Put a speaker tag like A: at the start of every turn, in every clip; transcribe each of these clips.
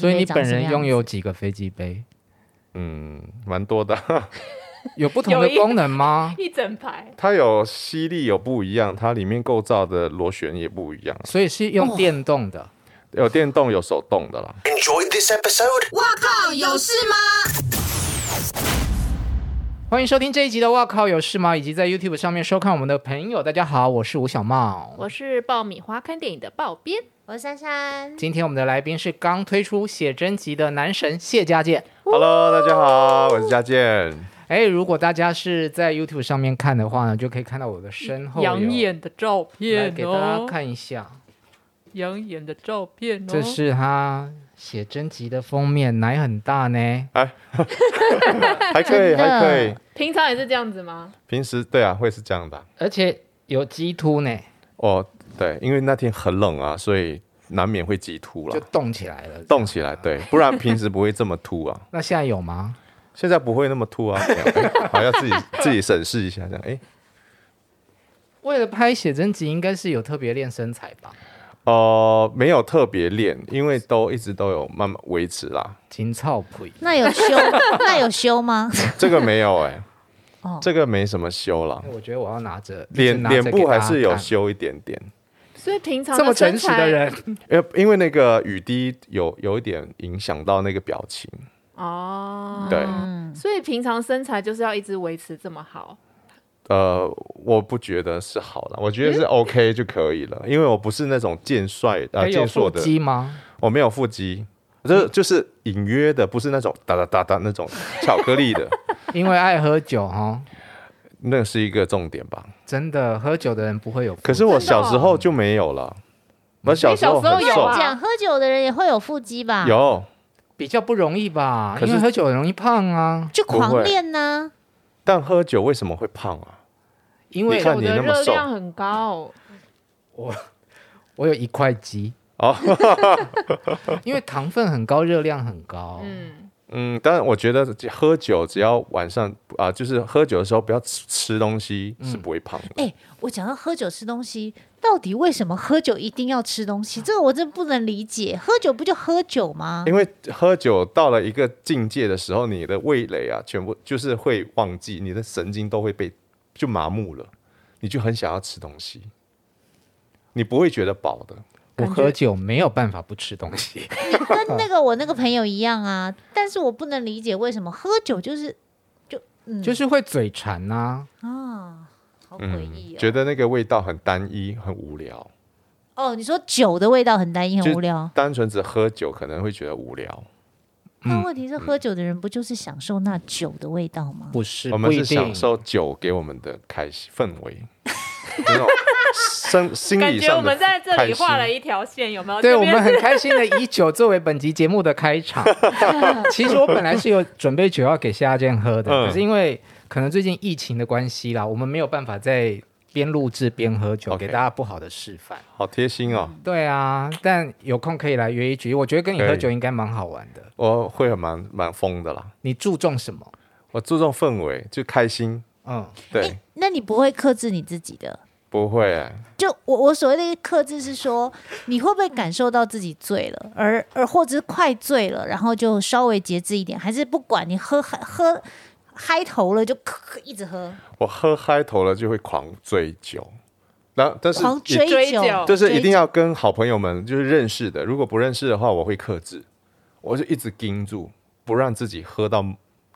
A: 所以你
B: 长
A: 本
B: 什么
A: 人
B: 样
A: 拥
B: 子
A: 有几个飞机杯？
C: 嗯，蛮多的。
A: 有不同
B: 有
A: 的
B: 一
A: 功能吗？
B: 一整排，
C: 它有吸力有不一样，它里面构造的螺旋也不一样，
A: 所以是用电动
B: 哦
A: 的。
C: 有电动有手动的啦。
D: Enjoyed this episode?
A: 欢迎收听这一集的《哇靠有事吗》，以及在 YouTube 上面收看我们的朋友，大家好，我是吴小茂。
B: 我是爆米花看电影的爆编，
E: 我是珊珊，
A: 今天我们的来宾是刚推出写真集的男神谢家健。
C: Hello，大家好，我是 佳健。
A: 哎，如果大家是在 YouTube 上面看的话呢，就可以看到我的身后有
B: 养眼的照
A: 来
B: 片
A: 给大家
B: 哦，
A: 看一下，
B: 养眼的照片哦，
A: 这是他写真集的封面，奶很大呢。
C: 还可以，
A: 真的
C: 还可以。
B: 平常也是这样子吗？
C: 平时对啊，会是这样的啊。
A: 而且有鸡突呢，
C: 哦，对，因为那天很冷啊，所以难免会急突
A: 就
C: 了，
A: 动起来了。
C: 动起来。对，不然平时不会这么突啊。
A: 那现在有吗？
C: 现在不会那么突啊， 这样哎好要 自己自己审视一下，这样哎。
A: 为了拍写真集，应该是有特别练身材吧？
C: 呃，没有特别练，因为都一直都有慢慢维持啦。
A: 金操培，
E: 那有修那有修吗？
C: 这个没有哎、
E: 哦
C: 这个没什么修啦
A: 那。我觉得我要拿着
C: 脸脸部还是有
A: 修。
C: 修一点点，
B: 所以平常
A: 这么
B: 的身
A: 诚实
B: 材
A: 的人，
C: 因为因为那个雨滴有有一点影响到那个表情，
B: 哦，
C: 对，
B: 所以平常身材就是要一直维持这么好，
C: 呃，我不觉得是好了，我觉得是
B: 嗯
C: OK 就可以了，因为我不是那种健帅
A: 还
C: 呃
A: 有
C: 健硕
A: 腹
C: 的，
A: 肌吗？
C: 我没有腹肌，这就是隐约的，不是那种哒哒哒哒那种 巧克力的，
A: 因为爱喝酒哈，
C: 那是一个重点吧。
A: 真的喝酒的人不会有腹肌。
C: 可是我
B: 真的哦
C: 小时候就没有了，我小时候
B: 小
C: 很
B: 时候有
C: 瘦
B: 啊，
E: 讲喝酒的人也会有腹肌吧？
C: 有
A: 比较不容易吧，
C: 可
A: 因
C: 是
A: 为喝酒很容易胖啊，
E: 就
C: 不
E: 狂
C: 会
E: 练呢、
C: 但喝酒为什么会胖啊？
A: 因为
C: 你看
B: 我
C: 你
B: 的
C: 那么
B: 热
C: 瘦
B: 量很高，
A: 我有一块肌
C: 哦，
A: 因为糖分很高，热量很高。
B: 嗯，
C: 嗯，当然，我觉得喝酒只要晚上啊、就是喝酒的时候不要吃吃东西，是不会胖的。
E: 哎、我讲到喝酒吃东西，到底为什么喝酒一定要吃东西？这个我真不能理解。喝酒不就喝酒吗？
C: 因为喝酒到了一个境界的时候，你的味蕾啊，全部就是会忘记，你的神经都会被就麻木了，你就很想要吃东西，你不会觉得饱的。
A: 我喝酒没有办法不吃东西，
E: 跟那个我那个朋友一样啊，但是我不能理解为什么喝酒就是就嗯
A: 就是会嘴馋呐、
E: 啊，好诡异哦。
C: 嗯觉得那个味道很单一，很无聊。
E: 哦，你说酒的味道很单一，很
C: 就
E: 无聊。
C: 单纯只喝酒可能会觉得无聊，
E: 那
C: 嗯
E: 问题是，喝酒的人不就是享受那酒的味道吗？
A: 不是
C: 我们
A: 不一
C: 是
A: 定
C: 享。受酒给我们的开心氛围， 那种生心
B: 感
C: 理
B: 觉我
C: 上的
B: 们在这
C: 开
B: 里
C: 心
B: 画了一条线，有没有？
A: 对
B: 这
A: 我
B: 边
A: 们很开心的以酒作为本集节目的开 场。其实我本来是有准备酒要给夏健喝的，
C: 嗯
A: 可是因为可能最近疫情的关系啦，我们没有办法在边录制边喝酒
C: OK
A: 给大家不好的示范。
C: 好贴心哦，
A: 对啊，但有空可以来约一局，我觉得跟你
C: 可以
A: 喝酒应该蛮好玩的。
C: 我会很蛮蛮疯的啦。
A: 你注重什么？
C: 我注重氛围，就开心，
A: 嗯，
C: 对，
E: 诶那你不会克制你自己的？
C: 不会欸、
E: 就我我所谓的克制是说，你会不会感受到自己醉了，而而或者是快醉了，然后就稍微节制一点，还是不管你喝喝喝嗨头了就咳咳一直喝，
C: 我喝嗨头了就会狂追酒，那但是
E: 狂
C: 也
E: 追
B: 追
E: 酒，
B: 酒
C: 就是一
E: 追
C: 定要跟好朋友们就是认识的，如果不认识的话，我会克制，我就一直盯住，不让自己喝到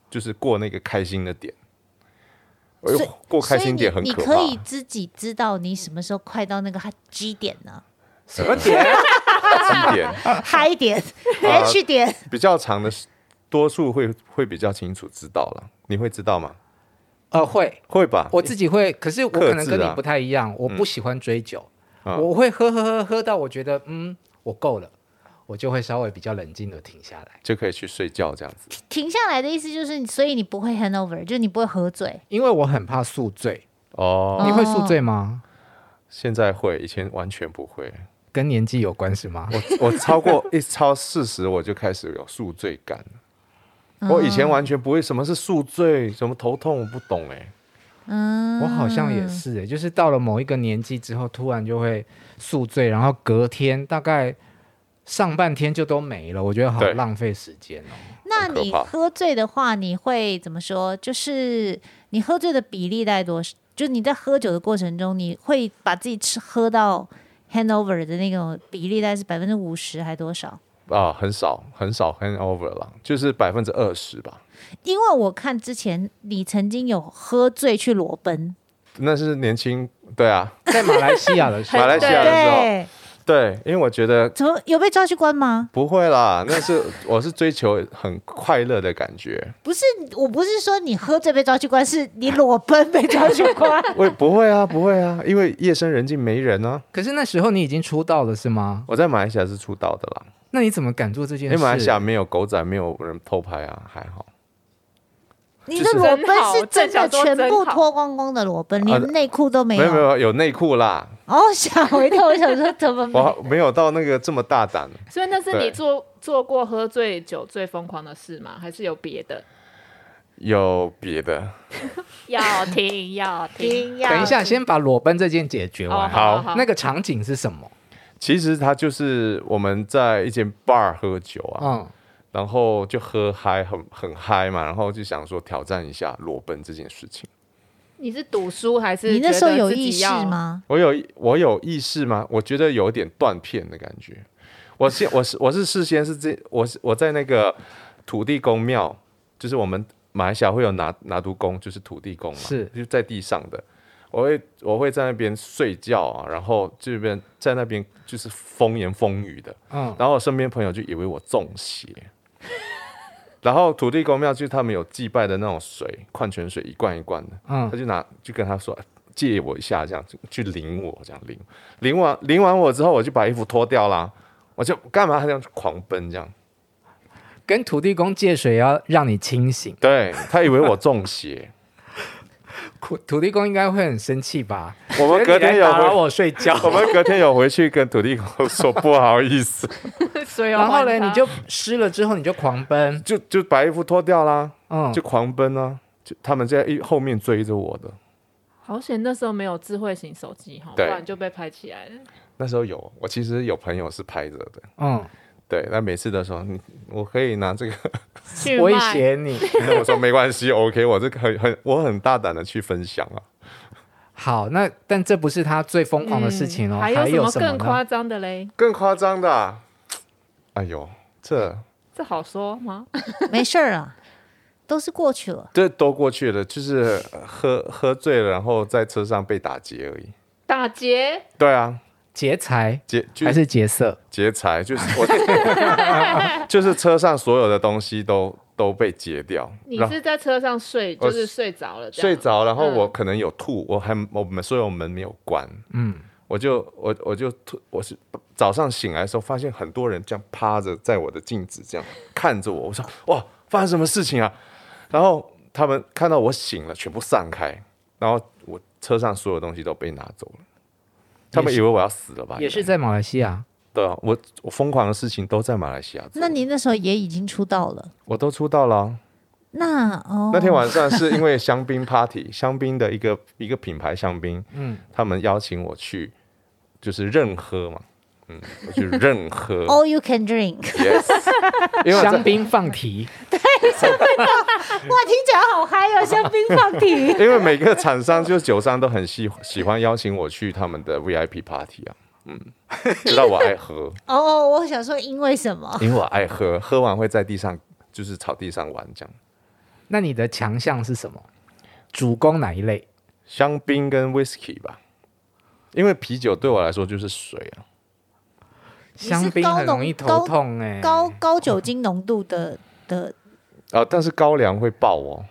C: 就是过那个开心的点。哎呦
E: 所以，
C: 过开心点
E: 所
C: 很
E: 以你
C: 可
E: 你可以
C: 怕。
E: 自己知道你什么时候快到那个 G 点呢？
A: 什么点？
C: 一点
E: 嗨 点、H
C: 啊
E: 点，
C: 比较长的，多数会会比较清楚知道了。你会知道吗？
A: 呃，会，
C: 会吧？
A: 我自己会，可是我
C: 啊克制啊嗯啊
A: 可能跟你不太一样，我不喜欢追酒，我会喝喝喝喝到我觉得嗯，我够了，我就会稍微比较冷静的停下来，
C: 就可以去睡觉这样子。
E: 停下来的意思就是，所以你不会 hangover，就是你不会喝醉。
A: 因为我很怕宿醉。
C: 哦，
A: 你会宿醉吗？
C: 现在会，以前完全不会。
A: 跟年纪有关是吗？
C: 我我超过一超四十，我就开始有宿醉感了。我以前完全不会什么是宿醉，什么头痛，我不懂哎、
E: 嗯，
A: 我好像也是、欸，就是到了某一个年纪之后，突然就会宿醉，然后隔天大概上半天就都没了，我觉得好
C: 对
A: 浪费时间哦。
E: 那
C: 很可
E: 你
C: 怕
E: 喝醉的话，你会怎么说？就是你喝醉的比例大概多少？就是你在喝酒的过程中，你会把自己吃喝到 handover 的那种比例大概是百分之五十还多少？
C: 啊，很少很少 handover 了，就是百分之二十吧。
E: 因为我看之前你曾经有喝醉去裸奔，
C: 那是年轻，对啊，
A: 在马来西亚的时候，
C: 马来西亚的时候，
E: 对，
C: 对，因为我觉得
E: 怎么有被抓去关吗？
C: 不会啦，那是我是追求很快乐的感觉，
E: 不是，我不是说你喝醉被抓去关，是你裸奔被抓去 关。
C: 我不会啊，不会啊，因为夜深人静没人啊。
A: 可是那时候你已经出道了是吗？
C: 我在马来西亚是出道的啦，
A: 那你怎么敢做这件
C: 因
A: 事？
C: 为马来西亚没有狗仔，没有人偷拍啊，还好。
E: 你的裸奔是真的
B: 真好郑小说
E: 全部
B: 真好
E: 脱光光的裸奔，
C: 啊
E: 连内裤都没
C: 没有没有有内裤啦，
E: 哦，吓我一跳！我想说怎么没有？
C: 我没有到那个这么大胆。
B: 所以那是
C: 对
B: 你做做过喝醉酒最疯狂的事吗？还是有别的？
C: 有别的，
B: 要听要听，
A: 等一下，先把裸奔这件解决
B: 哦，
A: 完。
B: 好，
A: 那
B: 个
A: 个场景是什么？
C: 其实他就是我们在一间 bar 喝酒啊，
A: 嗯，
C: 然后就喝嗨，很很嗨嘛，然后就想说挑战一下裸奔这件事情。
B: 你是赌输还是
E: 你那时候
B: 觉得
E: 有
B: 自己
E: 意识
B: 要？
E: 吗？
C: 我有我有意识吗？我觉得有点断片的感觉。我先我是我是事先是这我是我在那个土地公庙，就是我们马来西亚会有拿拿督公，就是土地公嘛，
A: 是
C: 就在地上的。我会我会在那边睡觉啊，然后这边在那边就是风言风语的，
A: 嗯，
C: 然后我身边朋友就以为我中邪。 然后土地公庙就是他们有祭拜的那种水，矿泉水一罐一罐的，
A: 嗯
C: 他就拿就跟他说哎借我一下，这样去去淋我，这样淋淋完淋完我之后，我就把衣服脱掉啦，我就干嘛他这样狂奔这样，
A: 跟土地公借水也要让你清醒，
C: 对 他以为我 中邪，
A: 土土地公应该会很生气吧？
C: 我们隔天
A: 你
C: 有
A: 来打扰
C: 回，
A: 我睡觉，
C: 我们隔天有回去跟土地 公说不好意思，
B: 所以我
A: 然后
B: 还
A: 嘞
B: 他
A: 你就湿了之后你就狂奔，
C: 就就把衣服脱掉啦，
A: 嗯
C: 就，狂奔啊，就他们在一后面追着我的，
B: 好险，那时候没有智慧型手机哈，不
C: 对
B: 然就被拍起来了。
C: 那时候有，我其实有朋友是拍着的，
A: 嗯，
C: 对，那每次都说你我可以拿这个，
B: 去
A: 威
B: 卖
A: 胁你。
C: 那我说没关系，OK，我这个很很我很大胆的去分享啊。
A: 好，那但这不是他最疯狂的事情哦，
B: 嗯
A: 还
B: 还有
A: 什
B: 什么更
A: 呢？
B: 夸张的嘞？
C: 更夸张的、啊，哎呦，这
B: 这好说吗？
E: 没事儿啊，都是过去了。
C: 这都过去了，就是呃喝喝醉了，然后在车上被打劫而已。
B: 打劫
C: 对啊，
A: 劫财
C: 劫就
A: 还
C: 是
A: 是劫色？
C: 劫财，就是我， 就是车上所有的东西都都被劫掉。
B: 你
C: 然后
B: 是在车上睡，
A: 哦
C: 我
B: 就是睡着了这样，
C: 睡 着，然后
B: 嗯
C: 我可能有吐，我还我们所以我门没有关，
A: 嗯，
C: 我就我我就吐，我是早上醒来的时候，发现很多人这样趴着在我的镜子这样看着我，我说哇，发生什么事情啊？然后他们看到我醒了，全部散开，然后我车上所有东西都被拿走了，他们以为我要死了吧？
A: 也是在马来西亚，
C: 对啊，我我疯狂的事情都在马来西亚做，
E: 那你那时候也已经出道了，
C: 我都出道了啊。
E: 那哦，
C: 那天晚上是因为香槟 party，香槟的一个一个品牌香槟，嗯，他们邀请我去，就是任喝嘛，嗯，我去 任喝
E: all you can drink，
C: ，yes，因为我在。
A: 哦香槟放题，
E: 哇，听起来好嗨哦，香槟放题
C: 因为每个厂商就是酒商都很喜喜欢邀请我去他们的 VIP party 啊，嗯，知道我爱喝，
E: 哦，我想说，因为什么？
C: 因为我爱喝，喝完会在地上就是草地上玩这样，
A: 那你的强项是什么？主攻哪一类？
C: 香槟跟 whisky 吧，因为啤酒对我来说就是水啊，
E: 是
A: 香槟很容易
E: 高
A: 头
E: 浓
A: 痛哎、
E: 高高酒精浓度的的，
C: 啊、但是高粱会爆哦。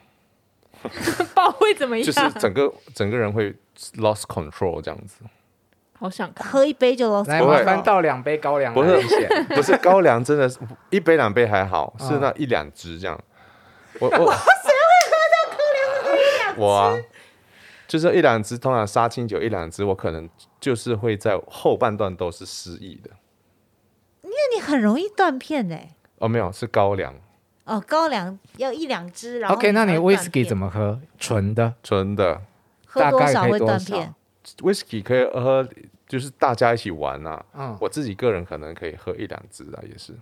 B: 爆会怎么样？
C: 就是整个整个人会 lost control 这样子。
B: 好想看，
E: 喝一杯就 lost
A: 来，
C: 不会
A: 麻
E: control
A: 烦倒两杯高粱
C: 不
A: 来
C: 是
A: 一些。
C: 不是高粱，真的是一杯两杯还好，是那一两支这样。 我我谁会喝到高粱一两支？我啊，就是一两支，通常杀青酒一两支，我可能就是会在后半段都是失忆的。
E: 那你很容易断片哎。
C: 哦，没有，是高粱
E: 哦，高粱要一两支，然后
A: OK，那你
E: 才会断
A: whisky
E: 片
A: 怎么喝？纯的，
C: 纯的
E: 喝
A: 大
E: 多
A: 概
E: 少
A: 可以
E: 会
A: 多
E: 断
A: 少
E: 片？
C: whisky 可以喝就是大家一起玩啊。
A: 嗯，
C: 我自己个人可能可以喝一两支啊，也是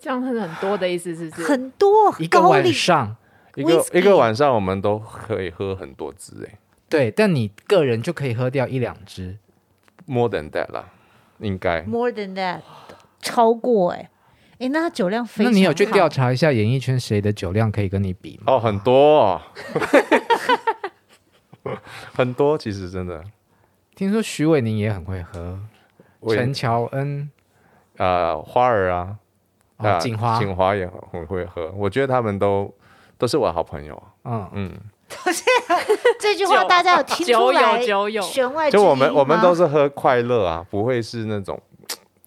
B: 这样是很多的意思，是不是？
E: 很多
A: 一个
E: 高
A: 晚
E: 丽
A: 上，
C: 一个
E: Whisky
C: 一个晚上我们都可以喝很多支欸诶、
A: 对，但你个人就可以喝掉一两支。
C: m o r e than that 啦，应该
E: more than that 超过哎、哎、那他酒量非
A: 那
E: 常
A: 你有去
E: 好
A: 调查一下演艺圈谁的酒量可以跟你比吗？
C: 哦，很多、哦， 很多，其实真的，
A: 听说徐伟宁也很会喝，
C: 我也
A: 陈乔恩
C: 呃花儿啊，
A: 哦
C: 啊，
A: 锦花，
C: 锦花也很很会喝，我觉得他们都都是我的好朋友。
A: 嗯，
C: 嗯，
E: 这句话，
B: 酒
E: 大家有听出
B: 酒
E: 来
B: 友酒友
E: 弦外之
C: 就我们
E: 音
C: 我们
E: 吗
C: 都是喝快乐啊，不会是那种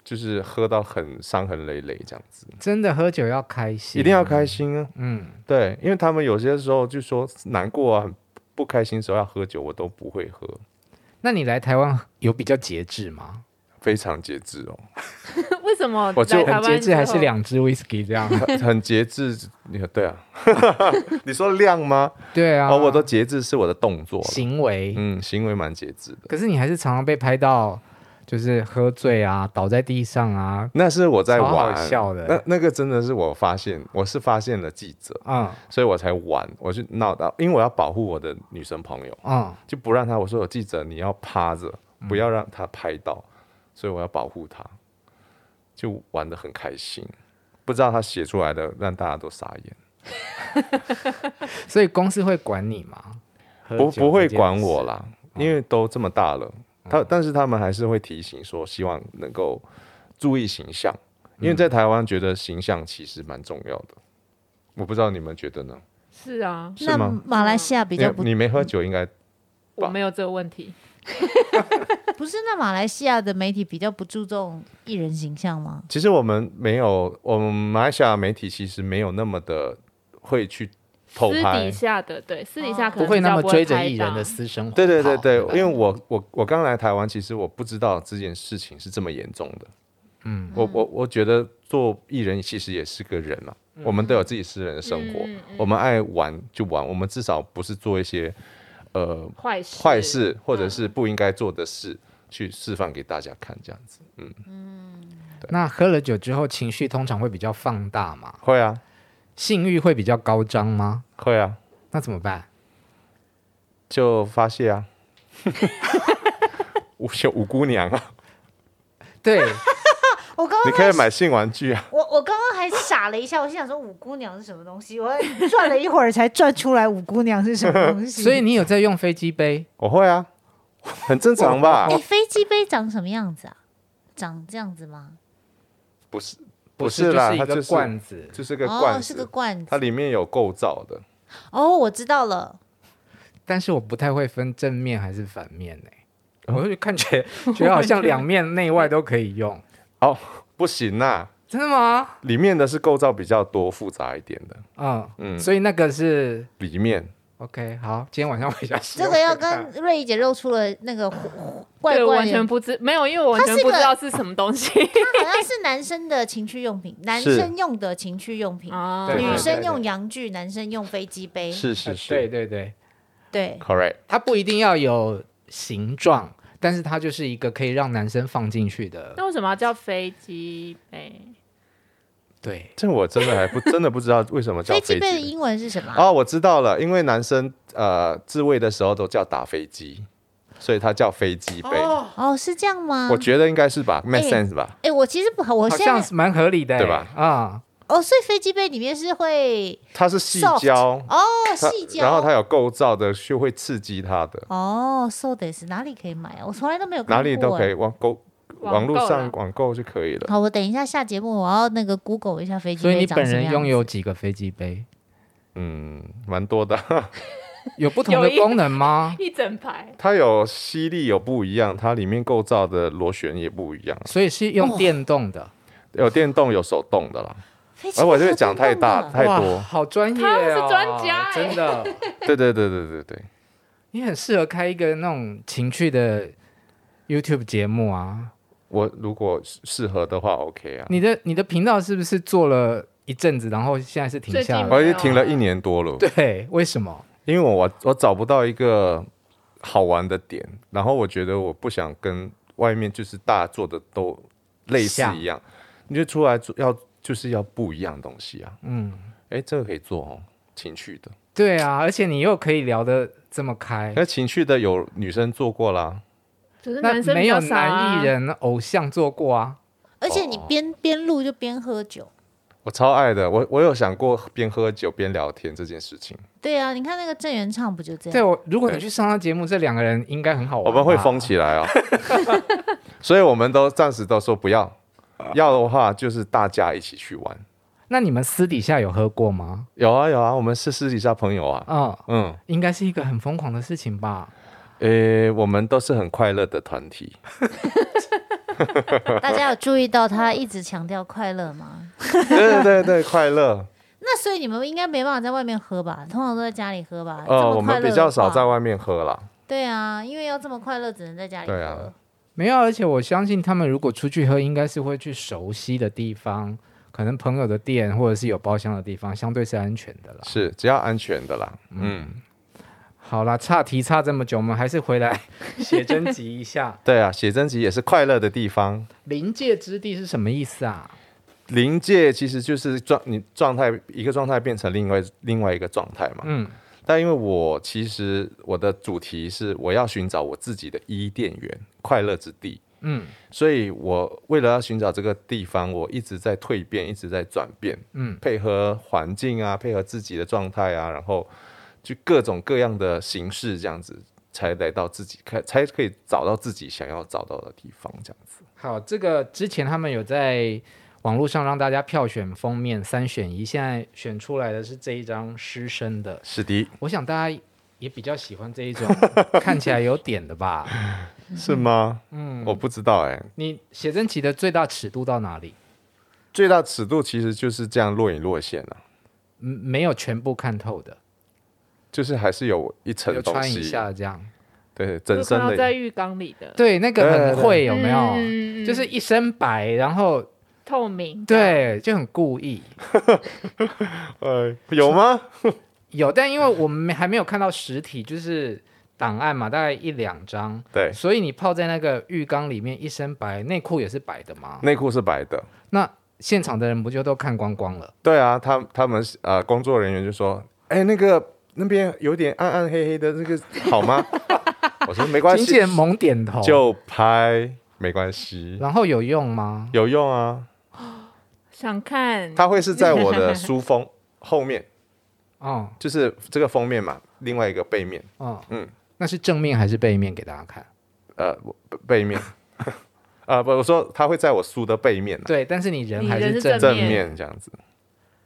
C: 就是喝到很伤痕累累这样子，
A: 真的喝酒要开心，
C: 一定要开心啊。
A: 嗯，
C: 对，因为他们有些时候就说难过啊，很不开心的时候要喝酒，我都不会喝，
A: 那你来台湾有比较节制吗？
C: 非常节制哦，
B: 为什么
C: 我就
B: 来台
A: 很
B: 湾
A: 节制
B: 之
A: 还是
B: 后
A: 两支 whisky 这 样？
C: 很很节制。你对啊， 你说量吗？
A: 对啊，
C: 哦，我都节制是我的动作了，
A: 行为，
C: 嗯，行为蛮节制的。
A: 可是你还是常常被拍到，就是喝醉啊，倒在地上啊，
C: 那是我在
A: 超好
C: 玩，
A: 笑的
C: 那那个真的是我发现，我是发现了记者，
A: 嗯
C: 所以我才玩，我去闹到，因为我要保护我的女生朋友，
A: 嗯，
C: 就不让她。我说有记者，你要趴着，不要让她拍到，所以我要保护她，就玩的很开心。不知道她写出来的让大家都傻眼，
A: 所以公司会管你吗？喝
C: 不
A: 酒
C: 不会
A: 这件
C: 管
A: 事嗯
C: 我，啦，因为都这么大了，他但是他们还是会提醒说，希望能够注意形象，因为
A: 嗯
C: 在台湾觉得形象其实蛮重要的。我不知道你们觉得呢？
B: 是啊，
C: 是
E: 那
C: 吗
E: 马来西亚比较不
C: 你你没
A: 嗯
C: 喝酒应该
B: 我没有这个问题。
E: 不是那马来西亚的媒体比较不注重艺人形象吗？
C: 其实我们没有，我们马来西亚媒体其实没有那么的会去偷
B: 私
C: 拍
B: 底。下的对，私底下
A: 哦不
B: 可能
A: 会那么
B: 比较
A: 追
B: 拍
A: 着艺人
B: 到
A: 的私生活跑。
C: 对对对对，
A: 吧
C: 因为我我我刚来台湾，其实我不知道这件事情是这么严重的。嗯，我我我觉得做艺人其实也是个人嘛，我们都有自己私人的生活，
B: 嗯嗯嗯
C: 我们爱玩就玩，我们至少不是做一些呃
B: 坏事
C: 坏事或者是嗯不应该做的事、去示范给大家看，这样子
A: 那喝了酒之后，情绪通常会比较放大嘛，
C: 会啊
A: 性欲会比较高涨吗？
C: 会啊，
A: 那怎么办？
C: 就发泄 啊，五小五姑娘啊，
A: 对，
E: 我刚
C: 你
E: 刚
C: 可以买性玩具啊，
E: 我我刚刚还傻了一下，我心想说五姑娘是什么东西？我还转了一会儿才转出来五姑娘是什么东 西。
A: 所以你有在用飞机杯？
C: 我会啊，很正常吧
E: 哎、？飞机杯长什么样子啊？长这样子吗？
C: 不是
A: 不
C: 不
A: 是，
C: 是
A: 就
C: 啦
A: 是一
C: 它
A: 个
C: 就是
A: 罐子。
C: 就是个
E: 哦，
C: 罐
E: 是个
C: 子，
E: 罐
C: 它
E: 子。
C: 里面有构造的，
E: 哦，我知道了。
A: 但是我不太会分正面还是反面呢、
C: 哦
A: 我就看起来觉得好像两面内外都可以用，
C: 不行啊，
A: 真的吗？
C: 里面的是构造比较多、复杂一点的，
A: 嗯嗯，
C: 嗯
A: 所以那个是
C: 里面
A: OK。好，今天晚上回家洗。
E: 这个要跟瑞姐露出了那个虎虎怪
B: 对，我
E: 怪
B: 完
E: 的，
B: 全不知没有，因为我完
E: 它
B: 全
E: 是
B: 不
E: 个
B: 知道是什么东西
E: 它好像是男生的情趣用品，男生用的情趣用品，
B: 啊
A: 对
E: 女
A: 对
E: 生用洋具，男生用飞机杯。
C: 是是
A: 呃
C: 是，
A: 对对对，
E: 对，
C: ，correct，
A: 它不一定要有形状，但是它就是一个可以让男生放进去的。
B: 那为什么要叫飞机哎杯？
A: 对，
C: 这我真的还不真的不知道为什么叫
E: 飞
C: 飞
E: 机杯的
C: 机。
E: 英文是什么啊？
C: 哦，我知道了，因为男生呃自慰的时候都叫打飞机，所以它叫飞机杯。
E: 哦，是这样吗？
C: 我觉得应该是吧，make
E: 哎
C: sense 吧？
E: 哎、我其实不好，我
A: 好
E: 现在
A: 像是蛮合理的、
C: 对吧？
A: 啊、
E: 哦，所以飞机杯里面是会
C: 它是细
E: Soft
C: 胶，
E: 哦
C: 它
E: 细胶，
C: 然后它有构造的，就会刺激它的，
E: 哦，so this 哪里可以买啊？我从来都没有看
C: 哪里
E: 过
C: 都可
E: 哎
C: 以。网购，网络
B: 购
C: 上
B: 啦
C: 网购就可以了。
E: 好，我等一下下节目，我要那个 Google 一下飞机
A: 所以
E: 杯
A: 你
E: 长
A: 本
E: 什么
A: 人
E: 样。
A: 拥有几个飞机杯？
C: 嗯，蛮多的。
A: 有不同的
B: 有一
A: 功能吗？
B: 一整排，
C: 它有吸力有不一样，它里面构造的螺旋也不一样，
A: 所以是用电动的，
C: 有电动有手动 的啦。
E: 飞机
C: 哎，
E: 杯
C: 我这
E: 是
C: 个讲太
E: 电动
C: 大
E: 的
C: 太
A: 哇
C: 多，
A: 好专业、哦，
B: 他是专家哎
A: 真的，
C: 对对对对对对，
A: 你很适合开一个那种情趣的 YouTube 节目啊！
C: 我如果适合的话 OK 啊，
A: 你的你的频道是不是做了一阵子，然后现在是停下
B: 最
A: 来
B: 近？
C: 我已经停了一年多了，
A: 对，啊为什么？
C: 因为我我找不到一个好玩的点，然后我觉得我不想跟外面就是大家做的都类似
A: 像
C: 一样，你就出来做要就是要不一样的东西啊。
A: 嗯，
C: 哎，这个可以做哦，情趣的。
A: 对啊，而且你又可以聊得这么开，
C: 那情趣的有女生做过啦，
B: 只是
A: 那
B: 男生
A: 没
B: 比
A: 有
B: 较少啊
A: 男艺，人偶像做过啊。
E: 而且你
C: 哦
E: 边边录就边喝酒。
C: 我超爱的。我我有想过边喝酒边聊天这件事情，
E: 对啊，你看那个郑元畅不就这
A: 对
E: 样？
A: 我，如果你去上他节目，这两个人应该很好玩。
C: 我们会疯。起来哦。 所以我们都暂时都说不要，要的话就是大家一起去玩。
A: 那你们私底下有喝过吗？
C: 有啊有啊，我们是私底下朋友啊。
A: 嗯，
C: 嗯，
A: 应该是一个很疯狂的事情吧？
C: 诶，我们都是很快乐的团体。
E: 大家有注意到他一直强调快乐吗？
C: 对对对，快乐。
E: 那所以你们应该没办法在外面喝吧？通常都在家里喝吧？ 这
C: 呃，
E: 么
C: 我
E: 快
C: 们
E: 乐的
C: 比较
E: 话
C: 少在外面喝啦。
E: 对啊，因为要这么快乐，只能在家里喝。
C: 对啊
A: 没有，而且我相信他们如果出去喝，应该是会去熟悉的地方，可能朋友的店或者是有包厢的地方，相对是安全的啦。
C: 是只要安全的啦。嗯，
A: 好啦，岔题岔这么久，我们还是回来 写真集一下。
C: 对啊，写真集也是快乐的地方。
A: 临界之地是什么意思啊？
C: 临界其实就是状你状态一个状态变成另外另外一个状态嘛。
A: 嗯，
C: 但因为我其实我的主题是我要寻找我自己的伊甸园，快乐之地。
A: 嗯
C: 所以我为了要寻找这个地方，我一直在蜕变，一直在转变，
A: 嗯，
C: 配合环境啊，配合自己的状态啊，然后就各种各样的形式，这样子才来到自己，才才可以找到自己想要找到的地方，这样子。
A: 好，这个之前他们有在网络上让大家票选封面三选一，现在选出来的是这一张师生的，
C: 是的，
A: 我想大家也比较喜欢这一种看起来有点的吧。
C: 是吗？嗯，我不知道哎、
A: 你写真集的最大尺度到哪里？
C: 最大尺度其实就是这样若隐若现啊，
A: 嗯，没有全部看透的，
C: 就是还是有一层
A: 有
C: 东
A: 穿一
C: 西，
A: 下这样。
C: 对，
B: 就
C: 整身
B: 看到在
C: 的
B: 浴缸里的，
A: 对，那个很会，有没有？
B: 嗯嗯
A: 就是一身白，然后
B: 透明，，
A: 对，就很故意。
C: 呃，有吗？
A: 有，但因为我们还没有看到实体，就是档案嘛，大概一两张，
C: 对，
A: 所以你泡在那个浴缸里面，一身白，内裤也是白的嘛。
C: 内裤是白的。
A: 那现场的人不就都看光光了？
C: 对啊，他他们呃工作人员就说：“哎，那个那边有点暗暗黑黑的，那个好吗？” 我说：“没关
A: 经纪
C: 系
A: 人，猛点头，
C: 就拍，没关系，
A: 然后有用吗？
C: 有用啊。
B: 想看”
A: 嗯
C: 他会是在我的 书封后面，
A: 哦
C: 就是这个封面嘛，另外一个背面，
A: 哦，
C: 嗯
A: 嗯，那是正面还是背面给大家看？
C: 呃，我背面， 啊不，我说他会在我书的背面啊、
A: 对，但是你人
B: 你
A: 还
B: 人
A: 是
B: 是
A: 正
B: 正
C: 正
B: 面
C: 面这样子。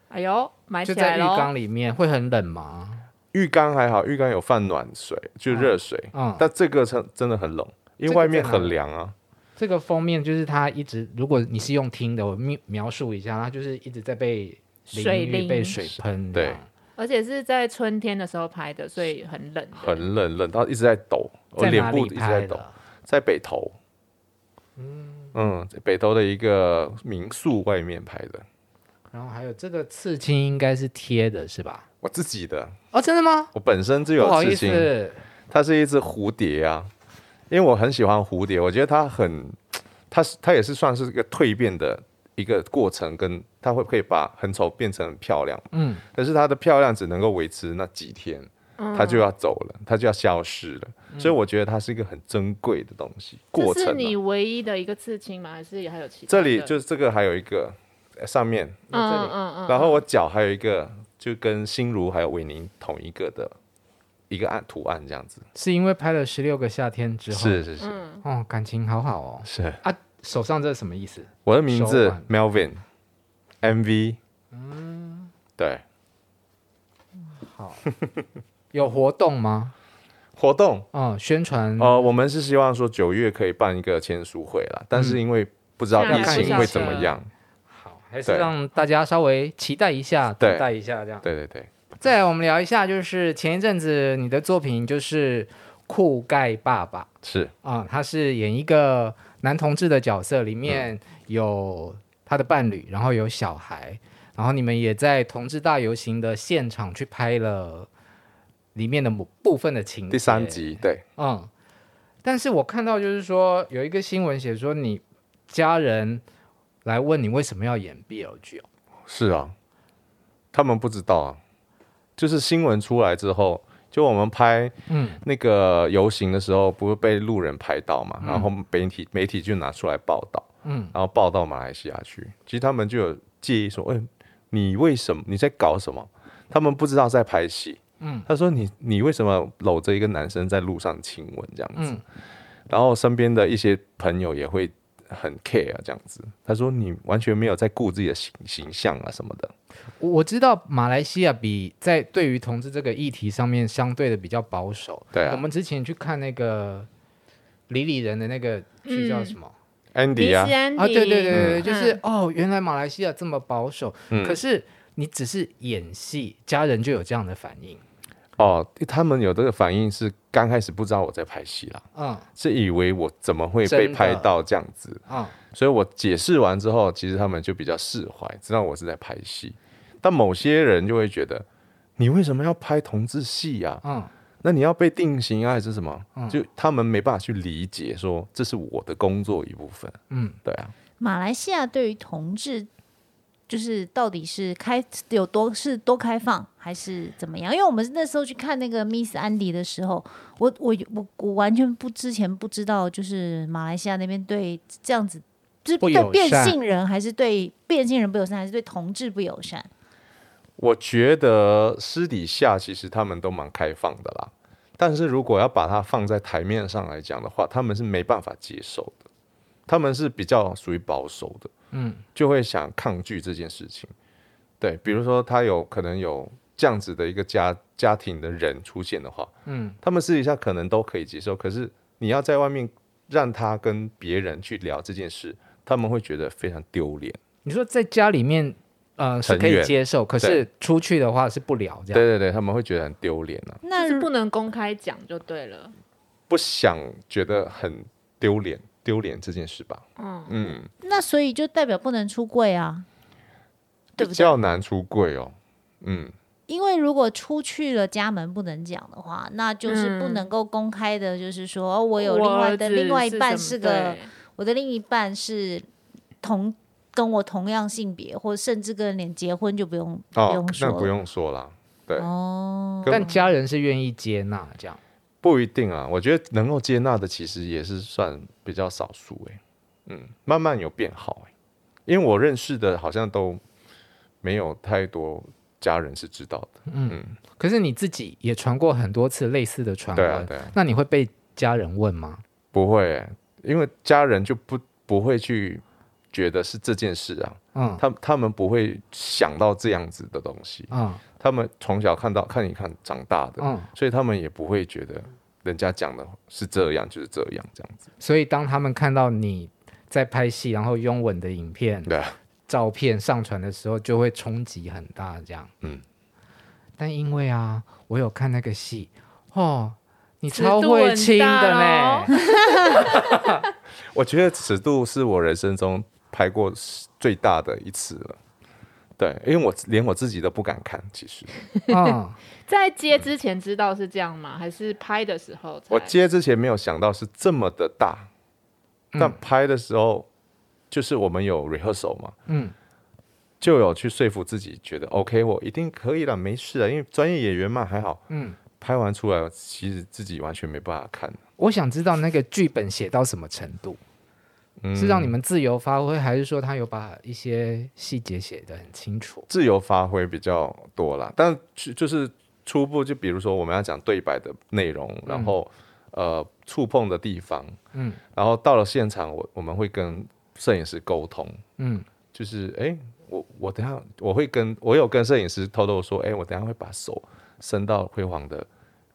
B: 哎呦，埋
A: 就
B: 起
A: 在
B: 来
A: 浴
B: 喽
A: 缸。里面会很冷吗？
C: 浴缸还好，浴缸有放暖水，就热水，
A: 嗯，
C: 但这个真真的很冷，
A: 这
C: 因为
A: 个
C: 外面
A: 真的
C: 很凉啊。
A: 这个封面就是它一直，如果你是用听的，我描描述一下，它就是一直在被淋
B: 水
A: 浴
B: 淋
A: 被水喷这样，
B: 而且是在春天的时候拍的，所以很冷的。
C: 很冷，冷到一直在抖，我
A: 在
C: 脸
A: 哪
C: 部
A: 里
C: 一直在
A: 拍
C: 抖。
A: 的？
C: 在北投，嗯在北投的一个民宿外面拍的，
A: 然后还有这个刺青应该是贴的是吧？
C: 我自己的，
A: 哦，真的吗？
C: 我本身就
A: 不
C: 有
A: 好意
C: 刺青，
A: 思，
C: 它是一只蝴蝶啊，因为我很喜欢蝴蝶，我觉得它很，它是它也是算是一个蜕变的一个过程，跟它会可以把很丑变成很漂亮，
A: 嗯，
C: 但是它的漂亮只能够维持那几天，
B: 嗯
C: 它就要走了，它就要消失了，所以我觉得它是一个很珍贵的东西，过
B: 这
C: 程、
B: 是
C: 啊。
B: 你唯一的一个刺青吗？还是还有其他
C: 这
B: 的？
C: 里就是这个还有一个呃上面。
A: 这
B: 嗯
A: 里
B: 嗯嗯，
C: 然后我脚还有一个，就跟心如还有伟宁同一个的一个案图案这样子。
A: 是因为拍了十六个夏天之后，
C: 是是
B: 嗯
C: 是
A: 哦，感情好好哦。
C: 是，
A: 手上这是什么意思？
C: 我的名
A: 手
C: 字
A: 腕
C: Melvin MV。对，
A: 嗯有活动吗？
C: 活动
A: 嗯，宣传
C: 呃，我们是希望说九月可以办一个签书会啦，但是因为不知道
B: 现在
C: 疫
A: 还不
C: 情
A: 晓
C: 会怎么
B: 得
C: 样。
A: 好，还是
C: 对
A: 让大家稍微期待一下，
C: 对
A: 等待一下这样。
C: 对对对，
A: 再来，我们聊一下，就是前一阵子你的作品就是《酷盖爸爸》
C: 是
A: 啊、他是演一个男同志的角色，里面有他的伴侣，然后有小孩，然后你们也在同志大游行的现场去拍了里面的某部分的情节
C: 第三，集，对，
A: 嗯。但是我看到就是说有一个新闻写说，你家人来问你为什么要演 BL 剧哦，
C: 是啊，他们不知道啊，就是新闻出来之后，就我们拍
A: 嗯
C: 那个游行的时候，不是被路人拍到嘛，然后媒体媒体就拿出来报道，
A: 嗯，
C: 然后报到马来西亚去，其实他们就有介意说，哎、你为什么你在搞什么？他们不知道在拍戏。
A: 嗯，
C: 他说你你为什么搂着一个男生在路上亲吻这样子？
A: 嗯
C: 然后身边的一些朋友也会很 care 这样子。他说你完全没有在顾自己的形形象啊什么的。
A: 我我知道马来西亚比在对于同志这个议题上面相对的比较保守。
C: 对啊
A: 我们之前去看那个李李仁的那个剧叫什么、
C: Andy 啊，
B: 安迪，
A: 啊？对对对对，
C: 嗯
A: 就是、哦，原来马来西亚这么保守，
C: 嗯
A: 可是你只是演戏，家人就有这样的反应。
C: 哦，他们有这个反应是刚开始不知道我在拍戏啦，
A: 嗯
C: 是以为我怎么会被
A: 真的
C: 拍到这样子。
A: 嗯，
C: 所以我解释完之后，其实他们就比较释怀，知道我是在拍戏。但某些人就会觉得，你为什么要拍同志戏呀、
A: 嗯
C: 那你要被定型啊，还是什么？就他们没办法去理解，说这是我的工作一部分。
A: 嗯，
C: 对啊，
E: 马来西亚对于同志，就是到底是开有多是多开放还是怎么样？因为我们那时候去看那个 Miss 安迪的时候，我我我我完全不之前不知道，就是马来西亚那边对这样子，就是
A: 不
E: 对
A: 友
E: 变
A: 善
E: 性人还是对变性人不友善，还是对同志不友善？
C: 我觉得私底下其实他们都蛮开放的啦，但是如果要把它放在台面上来讲的话，他们是没办法接受的，他们是比较属于保守的，
A: 嗯，
C: 就会想抗拒这件事情。对，比如说他有可能有这样子的一个家家庭的人出现的话，
A: 嗯，
C: 他们私底下可能都可以接受，可是你要在外面让他跟别人去聊这件事，他们会觉得非常丢脸。
A: 你说在家里面呃是可
C: 成
A: 以
C: 员
A: 接受，可是出去的话是不聊这
C: 对
A: 样。
C: 对对，他们会觉得很丢脸啊。
E: 那
B: 就是不能公开讲就对了。
C: 不想觉得很丢脸丢脸这件事吧，
B: 嗯，
C: 嗯，
E: 那所以就代表不能出柜啊，对不
C: 比
E: 对？
C: 较难出柜哦，嗯，
E: 因为如果出去了家门不能讲的话，那就是不
B: 嗯
E: 能够公开的，就是说、哦我有另外的
B: 我儿子
E: 另外一半
B: 是
E: 是
B: 什么
E: 个
B: 对
E: 我的另一半是同跟我同样性别，或甚至跟连结婚就不用、不
C: 哦
E: 用，说
C: 那
E: 了
C: 不用说啦，对，
E: 哦。
C: 跟
A: 但家人是愿意接纳这样。
C: 不一定啊，我觉得能够接纳的其实也是算比较少数诶、嗯，慢慢有变好诶、因为我认识的好像都没有太多家人是知道的，
A: 可是你自己也传过很多次类似的传
C: 对
A: 闻，
C: 啊对啊，
A: 那你会被家人问吗？
C: 不会欸、因为家人就不不会去觉得是这件事啊，
A: 嗯
C: 他他们不会想到这样子的东西，
A: 嗯
C: 他们从小看到看你看长大的，
A: 嗯，
C: 所以他们也不会觉得人家讲的是这样就是这样这样子。
A: 所以当他们看到你在拍戏，然后拥吻的影片、
C: 对啊，
A: 照片上传的时候，就会冲击很大，这样。
C: 嗯，
A: 但因为啊，我有看那个戏，哦，你
B: 尺
A: 超
B: 度
A: 会
B: 很
A: 亲的呢
B: 大咯。
C: 我觉得尺度是我人生中拍过最大的一次了。对，因为我连我自己都不敢看。其实
A: 嗯，
B: 在接之前知道是这样吗？还是拍的时候才？
C: 我接之前没有想到是这么的大，但拍的时候就是我们有 rehearsal 嘛，
A: 嗯，
C: 就有去说服自己，觉得 OK，我一定可以了，没事啊的，因为专业演员嘛，还好。
A: 嗯，
C: 拍完出来，其实自己完全没办法看。
A: 我想知道那个剧本写到什么程度，
C: 嗯
A: 是让你们自由发挥，还是说他有把一些细节写得很清楚？
C: 自由发挥比较多啦，但就就是初步就比如说我们要讲对白的内容，然后、呃触碰的地方，
A: 嗯
C: 然后到了现场我我们会跟摄影师沟通，
A: 嗯
C: 就是哎我我等一下我会跟我有跟摄影师偷偷说，哎我等一下会把手伸到辉煌的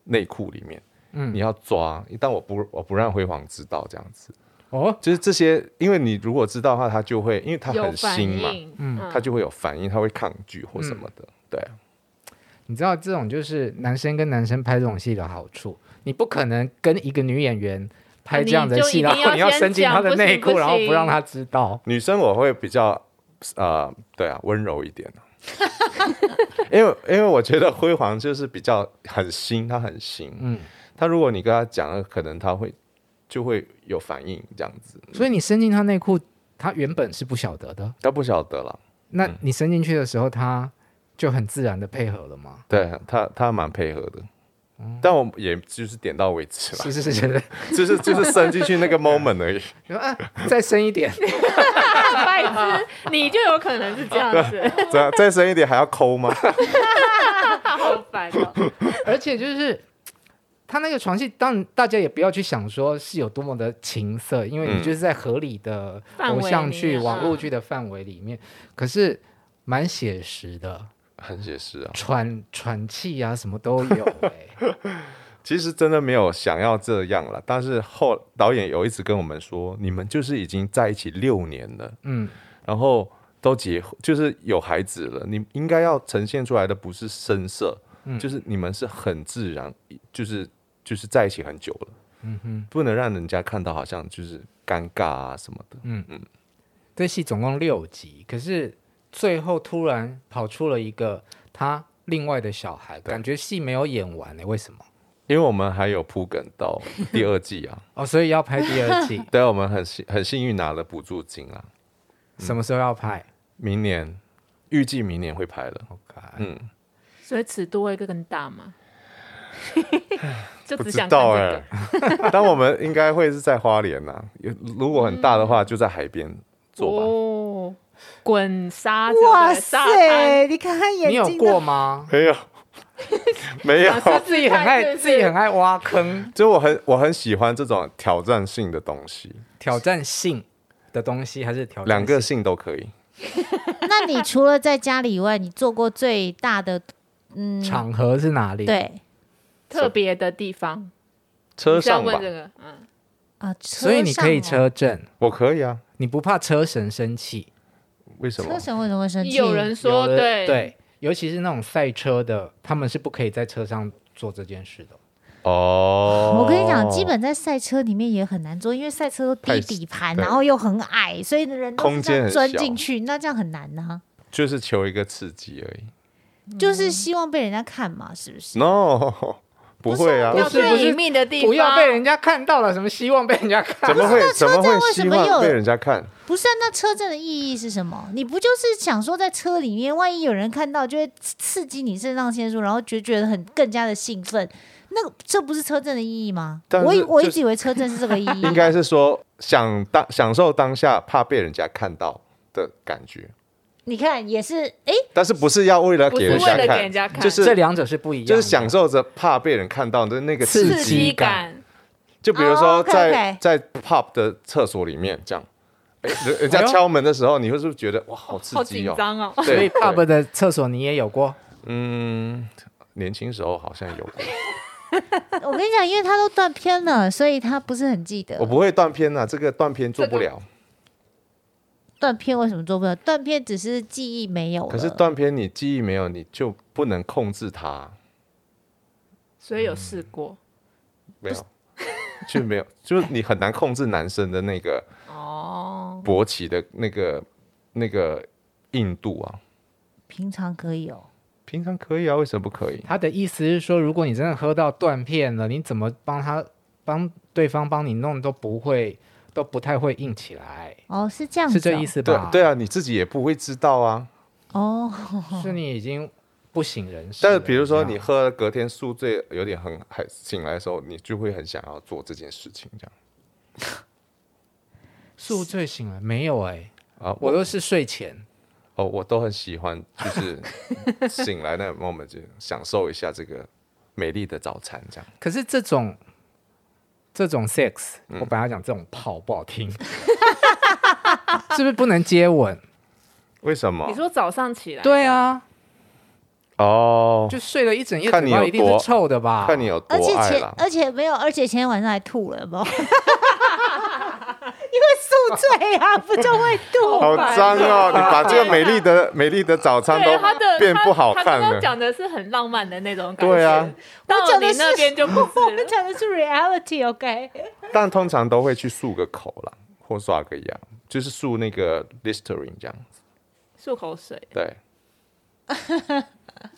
C: 内裤里面，
A: 嗯
C: 你，要抓，但我不我不让辉煌知道这样子，
A: 哦，
C: 就是这些，因为你如果知道的话，他就会因为他
B: 有
C: 很
B: 反
C: 新嘛，
B: 应，
A: 嗯
C: 他就会有反应，他会抗拒或什么的，对啊。
A: 你知道这种就是男生跟男生拍这种戏的好处，你不可能跟一个女演员拍这样的戏，
B: 啊
A: 然
B: 你就一定
A: 后你要
B: 要先
A: 伸进她的
B: 讲不行
A: 内裤，
B: 不
A: 然后
B: 行
A: 不让她知道。
C: 女生我会比较呃，对啊， 温柔一点、因为因为我觉得辉煌就是比较很新，他很新，
A: 嗯
C: 他如果你跟他讲，可能他会就会有反应这样子。
A: 所以你伸进他内裤，他原本是不晓得的。
C: 他不晓得了，
A: 那你伸进去的时候，他就很自然的配合了吗？
C: 对他他蛮配合的，但我也就是点到为止
A: 是
C: 了，
A: 是是是，
C: 就是就是伸进去那 个 moment 而已。
A: 就啊，再深一点，
B: 白痴，你就有可能是这样 子，
C: 再再深一点还要抠吗？
B: 好烦哦。
A: 而且就是他那个床戏，当然大家也不要去想说是有多么的情色，因为
C: 嗯
A: 你就是在合理的
B: 范
A: 偶
B: 围
A: 像
B: 里
A: 剧、
B: 面
A: 网
B: 啊
A: 络剧的范围里面，可是蛮写实的，
C: 很写实啊，
A: 喘喘气啊，什么都有、欸。
C: 其实真的没有想要这样了，但是后导演有一直跟我们说，你们就是已经在一起六年了，
A: 嗯，
C: 然后都结婚，就是有孩子了，你应该要呈现出来的不是声色，就是你们是很自然，就是就是在一起很久了，嗯哼，不能让人家看到好像就是尴尬啊什么的，
A: 这戏总共六集，可是最后突然跑出了一个他另外的小孩，感觉戏没有演完呢、欸为什么？
C: 因为我们还有铺梗到第二季 啊，，
A: 哦，所以要拍第二季
C: 对，我们很幸很幸运拿了补助金啊，
A: 什么时候要拍
C: 明年预计明年会拍了，
A: ？OK，
C: 嗯。
B: 所以尺度会更大吗？ 就
C: 不
B: 只
C: 知
B: 想看
C: 道
B: 这
C: 哎
B: 个，、
C: 但我们应该会是在花莲呐、如果很大的话，就在海边做吧。
B: 哦，滚沙之类的，
E: 哇
B: 沙滩
E: 塞，你看看眼
A: 你有
E: 睛的
A: 过 吗？
C: 没有，没有，
A: 自己很
B: 是
A: 爱
B: 不是
A: 自己很爱挖坑，
C: 就我很我很喜欢这种挑战性的东西，
A: 挑战性的东西还是挑战
C: 两个
A: 性
C: 性都可以。
E: 那你除了在家里以外，你做过最大的嗯，
A: 场合是哪里？，
E: 对
B: 特别的地方，
C: 车
B: 你是要
C: 上吧
B: 问，这个，嗯，
E: 啊，
A: 所以你可以
E: 车
A: 车
E: 哦
A: 震，
C: 我可以啊，
A: 你不怕车神生气？
C: 为什
E: 上
C: 么
E: 车？神为什么会生气？
B: 有人说
A: 有的
B: 对，
A: 对，尤其是那种赛车的，他们是不可以在车上做这件事的。
C: 哦，
E: 我跟你讲，基本在赛车里面也很难做，因为赛车都低
C: 太
E: 底盘，
C: 对
E: 然后又很矮，所以人都是
C: 空
E: 这
C: 间
E: 样
C: 很
E: 钻
C: 小
E: 进去，那这样很难呐、
C: 就是求一个刺激而已。
E: 就是希望被人家看嘛，是不是？
C: No，不会啊，
A: 不
B: 要
A: 是不是
B: 最隐秘的地方，
A: 不要被人家看到了，什么希望被人家看？
C: 怎 么会怎么会希
E: 为什么
C: 望
E: 有
C: 被人家看？
E: 不是、啊，那车震的意义是什么？你不就是想说在车里面，万一有人看到，就会刺刺激你肾上腺素，然后觉觉得很更加的兴奋。那这不是车震的意义吗？
C: 但是
E: 我以我一
C: 就
E: 直以为车震是这个意义，
C: 应该是说想当享受当下，怕被人家看到的感觉。
E: 你看也是，哎、
C: 但是不是要为了
B: 不
C: 给
B: 是
C: 人
B: 为
C: 家
B: 了给
C: 看
B: 人，家看，
C: 就是
A: 这两者是不一样的，
C: 就是享受着怕被人看到的那个
A: 刺
C: 刺
A: 激
B: 刺激
C: 激。
A: 感
B: 感。
C: 就比如
E: 哦
C: 说
E: ，OK，OK
C: 在在 pop 的厕所里面这样，哎人人
A: 哎
C: 家
A: 呦
C: 敲门的时候，你会是不是觉得哇好刺
B: 好
C: 激
B: 紧
C: 哦？
B: 张哦，
A: 所以
C: 对
A: pub 的厕所你也有过，
C: 嗯，年轻时候好像有过，
E: 我跟你讲，因为他都断片了，所以他不是很记得
C: 我。不会断片呐，这个断片做不了。
E: 断片为什么做不了？断片只是记忆没有了
C: 可是断片你记忆没有，你就不能控制它，
B: 所以有试过
C: 没有。就没有，就是你很难控制男生的那个
B: 哦，
C: 勃起的那个那个硬度啊。
E: 平常可以哦。
C: 平常可以啊，为什么不可以？
A: 他的意思是说，如果你真的喝到断片了，你怎么帮他帮对方帮你弄都不会，都不太会硬起来，
E: 哦，是这样子、
A: 是
E: 哦，
A: 这意思
C: 对
A: 吧？
C: 对啊，你自己也不会知道啊。
E: 哦。
A: 是
B: 嗯
A: 你已经不省人事了。
C: 但是比如说
A: 这
C: 你
A: 样
C: 喝了隔天宿醉，有点很还醒来的时候，你就会很想要做这件事情，这样
A: 宿醉醒来没有、哎，
C: 啊。
A: 我
C: 我
A: 都是睡前。
C: 哦，我都很喜欢，就是 醒来那 moment 就享受一下这个美丽的早餐，这样。
A: 可是这种这种 sex，、我
C: 嗯
A: 本来要讲这种泡不好听，是不是不能接 吻？
C: 为什么
B: 你？说早上起来，
A: 对啊，
C: 哦，
A: 就睡了一整夜，
C: 看你
A: 嘴巴
C: 有
A: 一定是
C: 多
A: 臭的吧？
C: 看你有多
E: 而且
C: 爱
E: 前
C: 啦。
E: 而且没有，而且前天晚上还吐了，有 没有？因为宿醉啊，不就会吐？
C: 好脏 哦！你把这个美丽的美丽的早餐
B: 对
C: 都
B: 他的
C: 变不好
B: 他
C: 看
B: 刚
C: 了
B: 刚。讲的是很浪漫的那种感觉，
C: 对啊，
B: 到
E: 我讲的
B: 你
E: 是
B: 那边就 不
E: 我
B: 是
E: 们
B: 了。
E: 讲的是 reality，OK？、
C: 但通常都会去漱个口啦，或刷个牙，就是漱那个 Listerine 这样。
B: 漱口水，
C: 对，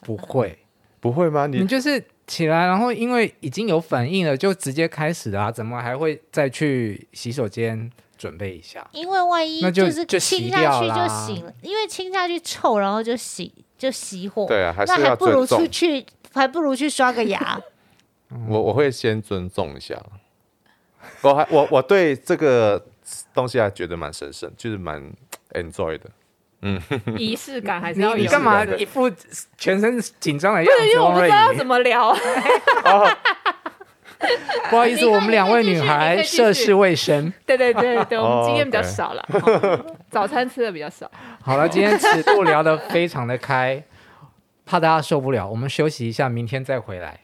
A: 不会，
C: 不会吗？
A: 你
C: 你
A: 就是起来，然后因为已经有反应了，就直接开始啦、怎么还会再去洗手间准备一下？
E: 因为万一
A: 那就是就洗
E: 亲下
A: 掉
E: 去就
A: 啦
E: 醒了，因为亲下去臭，然后就洗就熄火，
C: 对啊，还
E: 那
C: 是
E: 还
C: 要
E: 不如
C: 尊
E: 出
C: 重。
E: 去，还不如去刷个牙。
C: 我我会先尊重一下。我还我我对这个东西还觉得蛮神圣，就是蛮 enjoy 的。
B: 仪式感还是
A: 你
B: 要有的。
A: 你干嘛
C: 对
A: 一副全身紧张的样
B: 对，因
A: 子？
B: 为我
A: 翁
B: 不知
A: 瑞
B: 道要
A: 仪
B: 怎么聊。
A: 不好意思，
B: 啊你可以
A: 我们两位女孩
B: 你可以继续
A: 涉世未深。
B: 对对对对，我
C: 哦
B: 们经验比较
C: OK
B: 少了， 早餐吃的比较少。
A: 好了，今天尺度聊得非常的开，怕大家受不了，我们休息一下，明天再回来。